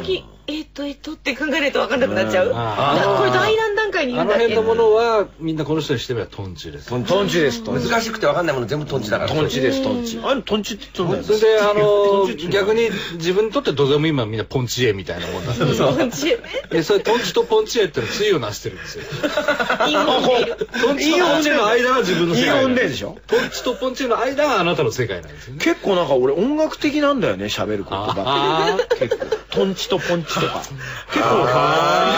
[SPEAKER 4] えっとえっとって考えないと分かんなくなっちゃう、
[SPEAKER 1] あ
[SPEAKER 4] なこれ第何段階に言
[SPEAKER 1] あ
[SPEAKER 4] うんだ
[SPEAKER 1] の
[SPEAKER 4] っけ
[SPEAKER 1] 辺のものはみんなこの人にしてみればトンチです
[SPEAKER 3] トンチ
[SPEAKER 2] トンチですトンチ
[SPEAKER 3] 難しくて分かんないもの全部トンチだから
[SPEAKER 2] トンチですトンチあれトンチって言ってん
[SPEAKER 1] そ
[SPEAKER 2] だ
[SPEAKER 1] れ
[SPEAKER 2] よ
[SPEAKER 1] であ の逆に自分にとってどうでも今みんなポンチエみたいなもんなんで
[SPEAKER 4] そうちね
[SPEAKER 1] でそれトンチとポンチエってのは対をなしてるんですよ
[SPEAKER 4] 陰謀でいる
[SPEAKER 1] トンチとポンチエの間が自分の世界
[SPEAKER 2] イ
[SPEAKER 1] な
[SPEAKER 2] オン
[SPEAKER 1] ん
[SPEAKER 2] レ
[SPEAKER 1] で
[SPEAKER 2] イですしょ
[SPEAKER 1] トンチとポンチエの間があなたの世界なんですよね
[SPEAKER 2] 結構なんか俺音楽的なんだよね喋る言葉
[SPEAKER 1] ああ
[SPEAKER 2] 結構トンチとポンチとか結構なんだよ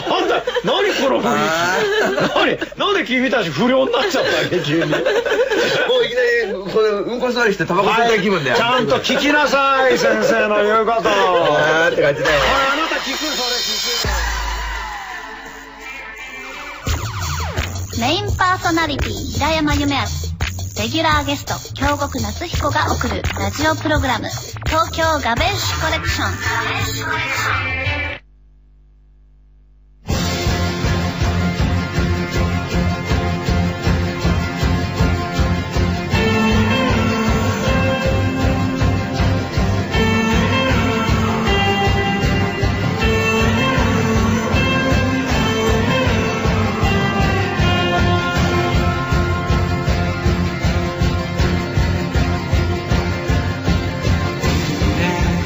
[SPEAKER 2] なんだよ何この雰囲気何なんで君たち不良になっちゃったわけ急に
[SPEAKER 3] もういきなりこれうんこ座りしてタバコ吸いたい気分だよ
[SPEAKER 2] ちゃんと聞きなさい先生の言うことを
[SPEAKER 3] あーって感じだよ
[SPEAKER 2] おいあなた聞くそれ聞く
[SPEAKER 7] メインパーソナリティ平山夢明レギュラーゲスト京極夏彦が送るラジオプログラム東京ガベッシュコレクション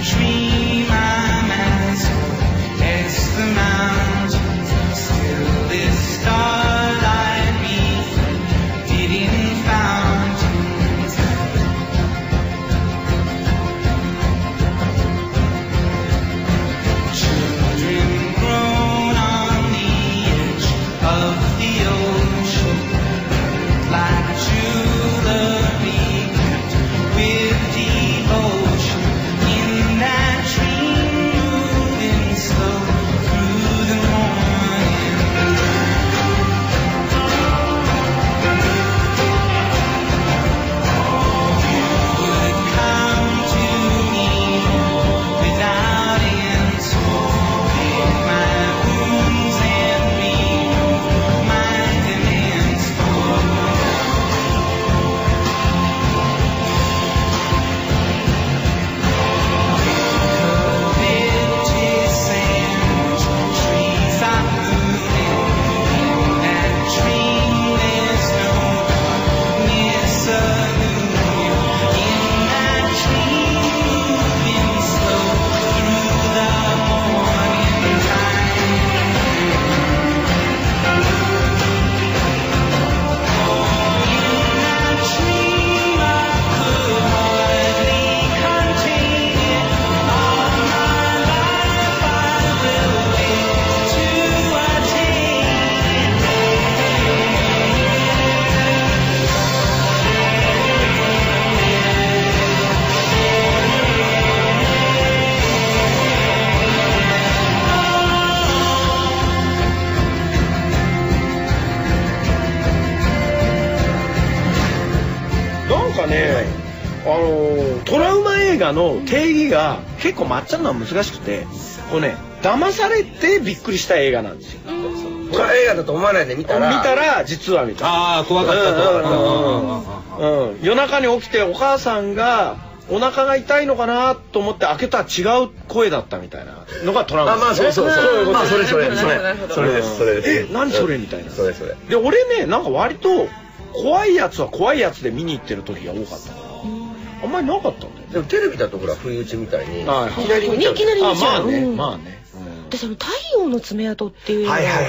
[SPEAKER 9] Dream I'm as
[SPEAKER 2] ね、あのトラウマ映画の定義が結構抹茶のは難しくてこれね騙されてびっくりした映画なんですよ
[SPEAKER 3] これ映画だと思わないで見
[SPEAKER 2] 見
[SPEAKER 3] たら
[SPEAKER 2] たら実はみたいな
[SPEAKER 1] ああ、怖かった、怖かったうんうんうんうん。
[SPEAKER 2] うん、夜中に起きてお母さんがお腹が痛いのかなと思って開けたら違う声だったみたいなのがトラウマ
[SPEAKER 3] あまあそうそう
[SPEAKER 2] そうい
[SPEAKER 3] そう
[SPEAKER 2] こ
[SPEAKER 3] う
[SPEAKER 2] と
[SPEAKER 3] まあそれそれそれ
[SPEAKER 9] なるほど
[SPEAKER 3] それですそれです
[SPEAKER 2] え何それみたいな
[SPEAKER 3] それそれ
[SPEAKER 2] で俺ねなんか割と怖いやつは怖いやつで見に行ってる時が多かったからあんまりなかったんだよね
[SPEAKER 3] でもテレビだとほら不意打ちみたいにいき
[SPEAKER 2] はい
[SPEAKER 3] なり見ちゃう
[SPEAKER 4] いきなり
[SPEAKER 2] あ
[SPEAKER 4] 見ち
[SPEAKER 2] ま
[SPEAKER 4] ゃ
[SPEAKER 2] あ
[SPEAKER 4] う、
[SPEAKER 2] ね
[SPEAKER 4] うん
[SPEAKER 2] まあね、
[SPEAKER 4] 私あの「太陽の爪痕」っていうのを
[SPEAKER 3] はいはいはいは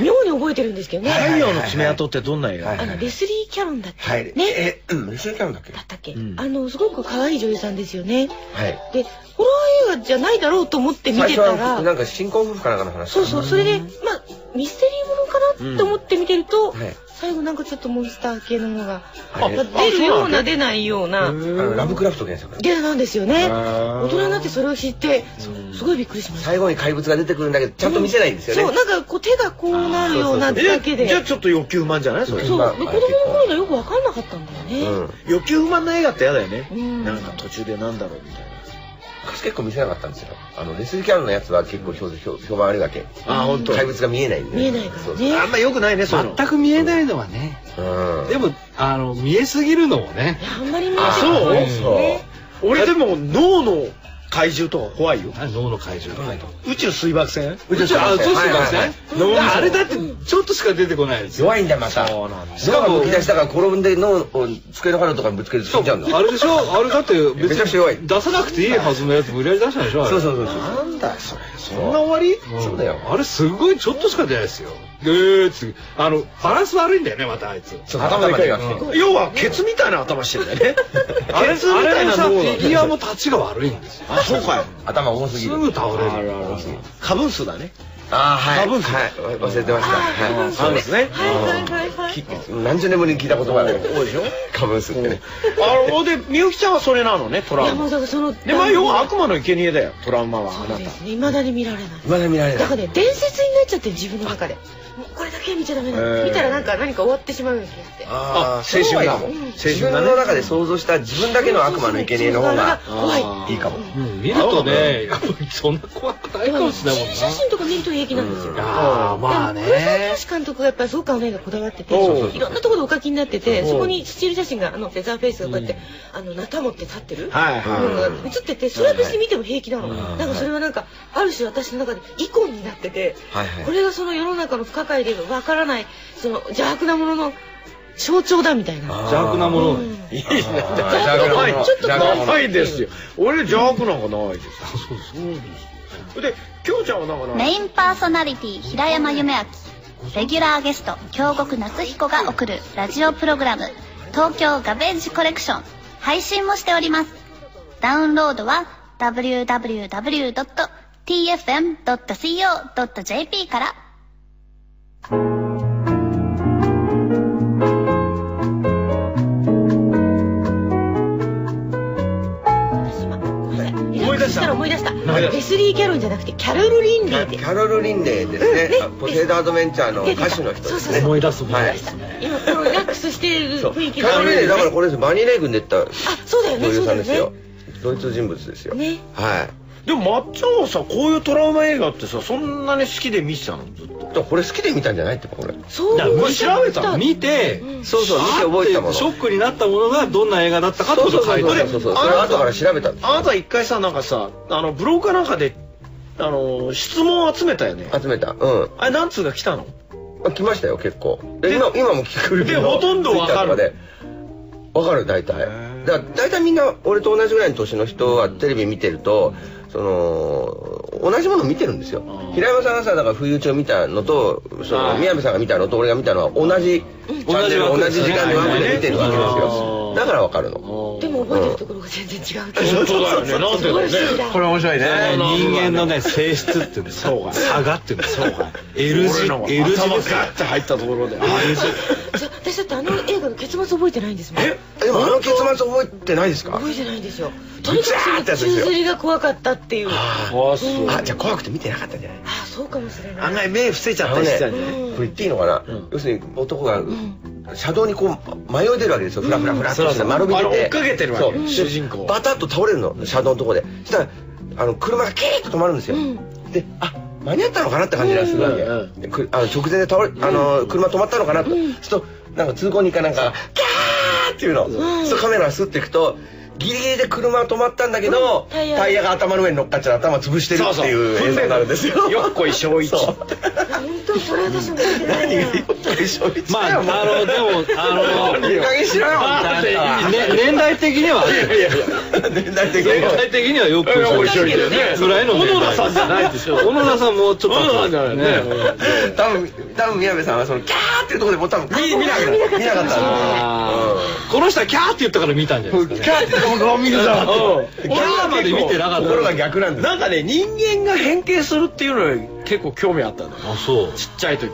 [SPEAKER 3] い
[SPEAKER 4] 妙に覚えてるんですけどね、
[SPEAKER 2] 太陽の爪痕ってどんな映画、
[SPEAKER 3] はい
[SPEAKER 4] あのレスリー・キャロンだっけ、
[SPEAKER 3] はいはい
[SPEAKER 4] ね
[SPEAKER 3] えうん一緒に来たんだっけ
[SPEAKER 4] だったっけ、
[SPEAKER 2] うん
[SPEAKER 4] あのすごく可愛い女優さんですよね
[SPEAKER 3] はい
[SPEAKER 4] でホラー映画じゃないだろうと思って見
[SPEAKER 3] 最
[SPEAKER 4] て
[SPEAKER 3] 初
[SPEAKER 4] た
[SPEAKER 3] はな
[SPEAKER 4] ら
[SPEAKER 3] んか新婚夫婦かなんかの話
[SPEAKER 4] そうそうそれでまあミステリーものかなと思って見てると、
[SPEAKER 3] うんはい
[SPEAKER 4] 最後なんかちょっとモンスター系のものが、
[SPEAKER 3] はい
[SPEAKER 4] まあ出るような出ないような
[SPEAKER 3] あのラブクラフト原作
[SPEAKER 4] 出るなんですよね
[SPEAKER 2] ー
[SPEAKER 4] 大人になってそれを知ってすごいびっくりしました
[SPEAKER 3] 最後に怪物が出てくるんだけどちゃんと見せないんですよね
[SPEAKER 4] そうなんかこう手がこうなるようなだけ
[SPEAKER 2] え
[SPEAKER 4] で
[SPEAKER 2] じゃあちょっと欲求不満じゃないそれ
[SPEAKER 4] そう
[SPEAKER 3] まあ
[SPEAKER 4] で子供の頃にはよく分かんなかったんだよね、
[SPEAKER 3] うん
[SPEAKER 2] 欲求不満な映画って嫌だよね、
[SPEAKER 4] うん
[SPEAKER 2] なんか途中でなんだろうみたいな
[SPEAKER 3] 昔結構見せなかったんですよあのレスリーキャンのやつは結構評評評判悪いわけ
[SPEAKER 2] あ本当
[SPEAKER 3] 怪物が見えないんで
[SPEAKER 4] 見えないから
[SPEAKER 3] そう
[SPEAKER 4] ね
[SPEAKER 2] あんま良くないねそういうの
[SPEAKER 1] 全く見えないのはね。
[SPEAKER 3] そううん
[SPEAKER 1] でも、あの、見えすぎるのもね。
[SPEAKER 4] あんまり見えて
[SPEAKER 2] あ
[SPEAKER 4] ない
[SPEAKER 2] そう
[SPEAKER 4] ですね
[SPEAKER 2] 俺でも脳の怪獣とか怖いよ
[SPEAKER 1] 何脳の怪獣とか。
[SPEAKER 2] 宇宙水爆戦
[SPEAKER 3] 宇宙水
[SPEAKER 1] あ、
[SPEAKER 3] 爆
[SPEAKER 1] そう
[SPEAKER 3] 戦
[SPEAKER 1] っすよ、
[SPEAKER 3] はいはいはい
[SPEAKER 1] 学生あれだって、ちょっとしか出てこないですよ。
[SPEAKER 3] 弱いんだよまた
[SPEAKER 2] そうなんだ
[SPEAKER 3] しかもむき出したから転んで脳を机の角とかにぶつけると死んじゃうんだ
[SPEAKER 1] あれでしょあれだって別に
[SPEAKER 3] めちゃくちゃ弱い
[SPEAKER 1] 出さなくていいはずのやつ無理やり出したんでしょあれ
[SPEAKER 3] そうそうそうそう
[SPEAKER 2] なんだよそれそんな終わり
[SPEAKER 1] ん
[SPEAKER 3] そうだよ
[SPEAKER 1] あれすごいちょっとしか出ないですよえーっつってあのバランス悪いんだよねまたあいつ
[SPEAKER 3] そう頭でかいわけ
[SPEAKER 1] うん
[SPEAKER 2] 要はケツみたいな頭してるんだよね
[SPEAKER 1] あれ
[SPEAKER 2] ケツみたい
[SPEAKER 1] あれの
[SPEAKER 2] な
[SPEAKER 1] さ
[SPEAKER 2] 脳
[SPEAKER 1] フ
[SPEAKER 2] なんだ
[SPEAKER 1] ィギュアも立ちが悪いんですよ
[SPEAKER 2] あそうかよ
[SPEAKER 3] 頭重すぎ
[SPEAKER 1] す
[SPEAKER 3] る
[SPEAKER 1] ぐ倒れる
[SPEAKER 2] 過分数だね
[SPEAKER 3] ああはい
[SPEAKER 2] 多分
[SPEAKER 3] はい忘れてましたはい
[SPEAKER 2] 過分数ね
[SPEAKER 4] はいはいはいはい
[SPEAKER 3] き何十年ぶりに聞いた言葉だよ
[SPEAKER 2] そうでしょ
[SPEAKER 3] かぶすってね
[SPEAKER 2] あのでみゆきちゃんはそれなのねト
[SPEAKER 4] い
[SPEAKER 2] ラ
[SPEAKER 4] や
[SPEAKER 2] ウ
[SPEAKER 4] も
[SPEAKER 2] マ
[SPEAKER 4] うだからその
[SPEAKER 2] でまあ要は悪魔の生贄だよトラウマはあ
[SPEAKER 4] そう
[SPEAKER 2] な
[SPEAKER 4] で
[SPEAKER 2] た
[SPEAKER 4] すね未だに見られない
[SPEAKER 3] まだ見られな
[SPEAKER 4] だから
[SPEAKER 3] い
[SPEAKER 4] ね伝説になっちゃって自分の中でもうこれだけは見ちゃダメだ、
[SPEAKER 2] へー
[SPEAKER 4] 見たらなんか何か終わってしまうような気がして
[SPEAKER 3] あー
[SPEAKER 2] 青春だ
[SPEAKER 3] そうはいいかも
[SPEAKER 2] 青
[SPEAKER 3] 自
[SPEAKER 2] 春
[SPEAKER 3] 分
[SPEAKER 2] だね
[SPEAKER 3] の中で想像した自分だけの悪魔の生贄の方が
[SPEAKER 4] 怖い
[SPEAKER 2] あー
[SPEAKER 3] いいかも
[SPEAKER 1] うん見ると ねそんな怖くない
[SPEAKER 4] で
[SPEAKER 1] か
[SPEAKER 4] も
[SPEAKER 1] もし
[SPEAKER 4] 新
[SPEAKER 1] れないもん
[SPEAKER 4] 写真とか見ると平気なんですよ、
[SPEAKER 1] なああまあ
[SPEAKER 4] でも黒沢
[SPEAKER 1] ね
[SPEAKER 4] 清監督がやっぱりすごくあの映画こだわってて
[SPEAKER 2] おう
[SPEAKER 4] いろんなところでお書きになってて
[SPEAKER 2] おう
[SPEAKER 4] そこにスチール写真があのレザーフェイスがこうやって、あのナタ持って立ってる、
[SPEAKER 2] はいはい
[SPEAKER 4] のが映っててそれは別に見ても平気なの、なんかそれはなんかある種私の中でイコンになってて、
[SPEAKER 3] はいはい
[SPEAKER 4] これがその世の中の不可解でわからないその邪悪なものの象徴だみたいな。
[SPEAKER 1] 邪悪なものを
[SPEAKER 4] うん
[SPEAKER 2] いいね。
[SPEAKER 3] 邪悪なもの
[SPEAKER 2] ちょっと
[SPEAKER 3] 邪悪なもの
[SPEAKER 2] 長いですよ。俺邪悪なんかないです。そうそうで、きょうちゃんはなんかな
[SPEAKER 7] メ
[SPEAKER 2] い。
[SPEAKER 7] インパーソナリティ平山夢明レギュラーゲスト京極夏彦が送るラジオプログラム「東京ガベージコレクション」配信もしておりますダウンロードは www.tfm.co.jp から
[SPEAKER 2] 思い
[SPEAKER 4] 今ごめんなさいリラック
[SPEAKER 2] 出
[SPEAKER 4] ス
[SPEAKER 2] し
[SPEAKER 4] したたら思い出した
[SPEAKER 2] い出した
[SPEAKER 4] レスリー・キャロンじゃなくてキャロル・リンリー
[SPEAKER 3] あ
[SPEAKER 4] って
[SPEAKER 3] キャロル・リンレイですね
[SPEAKER 4] ね
[SPEAKER 3] あポセイド・アドベンチャーの歌手の人ですね
[SPEAKER 1] 思い出すもん
[SPEAKER 3] は
[SPEAKER 1] ね
[SPEAKER 3] い
[SPEAKER 4] 今このリラックスしている
[SPEAKER 3] そう
[SPEAKER 4] 雰囲気
[SPEAKER 3] キャロル・リンレイだから
[SPEAKER 4] あ
[SPEAKER 3] これですバニー・レイ君で言った
[SPEAKER 4] そうだよ
[SPEAKER 3] 女優さんで
[SPEAKER 4] ねそうだよ
[SPEAKER 3] すよ
[SPEAKER 4] ね
[SPEAKER 3] ドイツ人物ですよ
[SPEAKER 4] ね
[SPEAKER 3] はい
[SPEAKER 2] でも、まっちゃんはさ、こういうトラウマ映画ってさ、そんなに好きで見てたのずっと。
[SPEAKER 3] だからこれ好きで見たんじゃないってこれ
[SPEAKER 4] そう
[SPEAKER 1] だから調べたの
[SPEAKER 4] 見
[SPEAKER 1] 見て
[SPEAKER 3] そうそう見て覚えたもの
[SPEAKER 1] あってショックになったものがどんな映画だったかってことを書いて
[SPEAKER 3] そう
[SPEAKER 1] る
[SPEAKER 3] そうそうそれは後から調べたんです
[SPEAKER 2] あなた一回さ、なんかさ、あの、ブローカーなんかで、あの、質問集めたよね。
[SPEAKER 3] 集めたうん
[SPEAKER 2] あれ、何通が来たの
[SPEAKER 3] あ来ましたよ結構で
[SPEAKER 2] で
[SPEAKER 3] 今今も聞く
[SPEAKER 2] でほとんどわかる
[SPEAKER 3] Twitter とかでわかる大体だ
[SPEAKER 2] ー
[SPEAKER 3] から大体みんな俺と同じぐらいの年の人はテレビ見てるとその同じもの見てるんですよ
[SPEAKER 2] ー
[SPEAKER 3] 平山さんがさだから冬打ちを見たのとそ
[SPEAKER 2] は
[SPEAKER 3] の
[SPEAKER 2] い
[SPEAKER 3] 宮部さんが見たのと俺が見たのは同じチャンネル
[SPEAKER 1] 同じ枠
[SPEAKER 3] 同じ時間の枠で見てるわけです
[SPEAKER 2] は
[SPEAKER 3] よ
[SPEAKER 2] い
[SPEAKER 3] だからわかるの
[SPEAKER 4] でも覚えてるところが全然違うってい
[SPEAKER 2] うんそうだよね
[SPEAKER 4] そう
[SPEAKER 2] なんでだよね
[SPEAKER 4] すごい不思議だ
[SPEAKER 3] れ面白い
[SPEAKER 1] 人間のね性質っていうの
[SPEAKER 2] そうか
[SPEAKER 1] 差がっていうのそうか L 字 L 字
[SPEAKER 2] 頭
[SPEAKER 1] ですよ
[SPEAKER 2] ガッて入ったところで。
[SPEAKER 4] じゃあ私だってあの映画の結末覚えてないんですもん
[SPEAKER 3] でもあの結末覚えてないですか
[SPEAKER 4] 覚えてないんですよとにかくそ
[SPEAKER 3] ブチャーってや
[SPEAKER 4] の
[SPEAKER 3] つです
[SPEAKER 4] 宙
[SPEAKER 3] よ
[SPEAKER 4] 吊りが怖かったっていうあ
[SPEAKER 2] あ、そう。
[SPEAKER 3] あじゃあ怖くて見てなかったんじゃない
[SPEAKER 4] あそうかもしれない
[SPEAKER 2] 案外目伏せちゃったりしてたんじゃない
[SPEAKER 3] これ言っていいのかな、要するに男が車道にこう迷い出るわけですよフラフラフラっ
[SPEAKER 2] うん
[SPEAKER 3] として丸見
[SPEAKER 2] あ
[SPEAKER 3] て
[SPEAKER 2] の
[SPEAKER 3] て
[SPEAKER 2] 追っかけてるわけ
[SPEAKER 3] そう
[SPEAKER 2] 主人公
[SPEAKER 3] バタッと倒れるの車道のとこでそしたらあの車がキーッと止まるんですよ、であ間に合ったのかなって感じがするわけ、
[SPEAKER 2] うんうん
[SPEAKER 3] でくあの直前で倒れあの車止まったのかなと、ちょっとなんか通行人かなんかがキャーっていうの、そうカメラがスッていくとギリギリで車は止まったんだけど、
[SPEAKER 4] うん
[SPEAKER 3] タ
[SPEAKER 4] タ
[SPEAKER 3] イ
[SPEAKER 4] イ
[SPEAKER 3] ヤ
[SPEAKER 4] ヤ
[SPEAKER 3] が頭の上に乗っかっちゃって頭潰してるっていう
[SPEAKER 2] そうそう
[SPEAKER 3] 映像になるんですよ
[SPEAKER 2] よっこい正一
[SPEAKER 3] そう
[SPEAKER 4] 本当それ私も見てない
[SPEAKER 3] 何
[SPEAKER 4] や
[SPEAKER 3] がよっこい正一
[SPEAKER 1] まあ、あの、でも、あの、
[SPEAKER 3] いい加減にしろよ
[SPEAKER 2] だって
[SPEAKER 1] ね、年代的には、
[SPEAKER 3] 年代的
[SPEAKER 1] 年
[SPEAKER 3] に
[SPEAKER 1] 代的にはよく
[SPEAKER 2] いや
[SPEAKER 1] お
[SPEAKER 2] 面
[SPEAKER 1] っしゃ
[SPEAKER 2] 白いけど
[SPEAKER 1] る
[SPEAKER 2] ね
[SPEAKER 1] ぐらいの年代。
[SPEAKER 2] 小野田さんじゃないでしょ
[SPEAKER 1] 小野田さんもうちょっと。
[SPEAKER 2] 小野田さんじゃないね
[SPEAKER 3] 多分多分宮部さんはそのキャーっていうところでもう多分見見なかった見なかった
[SPEAKER 1] あ
[SPEAKER 3] うん
[SPEAKER 1] ーこの人はキャーって言ったから見たんじゃないですかね。
[SPEAKER 3] キャーってとこが見るじゃ
[SPEAKER 2] うん
[SPEAKER 3] ん
[SPEAKER 1] キャーまで見てなかった。
[SPEAKER 3] 心が逆なんです
[SPEAKER 2] なんかね人間が変形するっていうのに結構興味あったの
[SPEAKER 1] あ、そう。
[SPEAKER 2] ちっちゃい時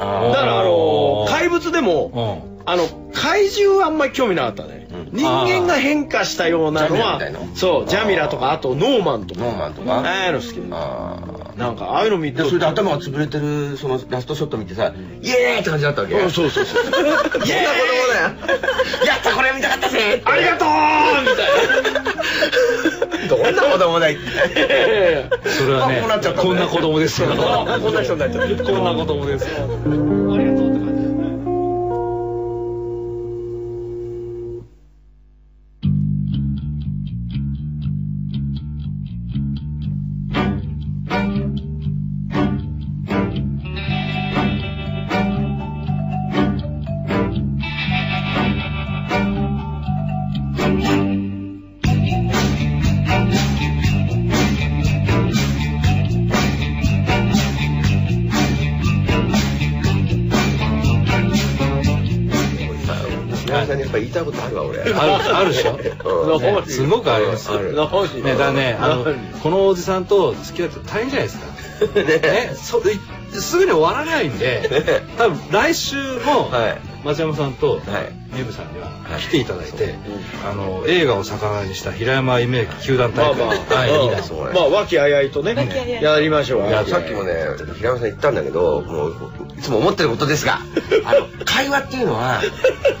[SPEAKER 2] は
[SPEAKER 1] ー
[SPEAKER 2] だからあの
[SPEAKER 1] あー
[SPEAKER 2] 怪物でも
[SPEAKER 1] う
[SPEAKER 2] あの怪獣はあんまり興味なかったね人間が変化したようなの
[SPEAKER 3] あージャミラみたい
[SPEAKER 2] は
[SPEAKER 3] な
[SPEAKER 2] そうジャミラとかあとノーマンと
[SPEAKER 3] ノー
[SPEAKER 2] か
[SPEAKER 3] マンと
[SPEAKER 2] あ
[SPEAKER 3] か
[SPEAKER 2] あいうの好き
[SPEAKER 3] あー
[SPEAKER 2] なんかああいうの見て
[SPEAKER 3] でそれで頭が潰れてるそのラストショット見てさイエーイって感じだったわけ
[SPEAKER 2] うんそうそう そう
[SPEAKER 3] そんな子供だよやったこれ見たかったぜ
[SPEAKER 2] ありがとうみたいな
[SPEAKER 3] どんな子供だい
[SPEAKER 1] ん。それは
[SPEAKER 3] あ
[SPEAKER 1] ね
[SPEAKER 3] こうなっちゃった、ね
[SPEAKER 1] こんな子供ですよ。
[SPEAKER 3] あこんな人になっちゃった
[SPEAKER 1] こんな子供ですよ。
[SPEAKER 2] ありがとうって感じ
[SPEAKER 3] 宮部さんにやっぱり言いたいことあるわ俺
[SPEAKER 1] ある、あるでしょ。
[SPEAKER 3] うん
[SPEAKER 1] ねすごくあります。
[SPEAKER 3] あ
[SPEAKER 1] ね、
[SPEAKER 3] る
[SPEAKER 1] だからね、あの
[SPEAKER 2] ある、
[SPEAKER 1] このおじさんと付き合って大変じゃないですか。ね、そいすぐに終わらないんで、多分来週も
[SPEAKER 3] はい
[SPEAKER 1] 松山さんと
[SPEAKER 3] はい
[SPEAKER 1] ミブさんには
[SPEAKER 3] はい
[SPEAKER 1] 来ていただいて、あの映画を魚にした平山夢明球団
[SPEAKER 2] ま
[SPEAKER 1] 大
[SPEAKER 2] あ
[SPEAKER 1] 会
[SPEAKER 2] まあ、
[SPEAKER 1] 第
[SPEAKER 3] い
[SPEAKER 1] 2
[SPEAKER 3] い
[SPEAKER 1] 弾
[SPEAKER 3] です
[SPEAKER 2] う
[SPEAKER 3] こ
[SPEAKER 2] ん
[SPEAKER 3] れ
[SPEAKER 2] まあ和気あいあいとね
[SPEAKER 4] 和気あいあい
[SPEAKER 2] やりましょう
[SPEAKER 3] いやさっきもね平山さん言ったんだけどもういつも思ってることですがあの会話っていうのは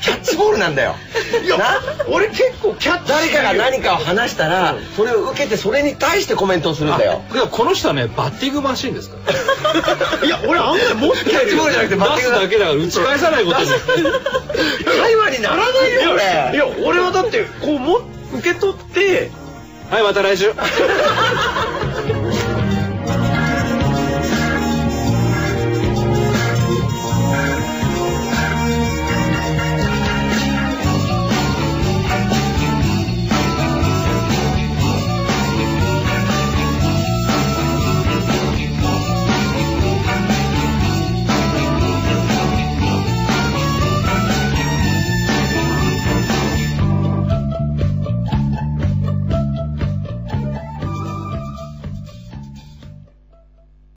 [SPEAKER 3] キャッチボールなんだよ
[SPEAKER 2] いや
[SPEAKER 3] な
[SPEAKER 2] 俺結構キャッチ
[SPEAKER 3] 誰かが何かを話したらそれを受けてそれに対してコメントをするんだよ
[SPEAKER 1] あでもこの人はねバッティングマシンですから
[SPEAKER 2] いや俺あんまり持って
[SPEAKER 3] キャッチボールじゃなくてバッ
[SPEAKER 1] 出
[SPEAKER 3] テ
[SPEAKER 1] す
[SPEAKER 3] ィング
[SPEAKER 1] だけだから打ち返さないことに
[SPEAKER 3] 会話にならないよ
[SPEAKER 2] い
[SPEAKER 3] 俺
[SPEAKER 2] や俺はだってこうも受け取って
[SPEAKER 1] はいまた来週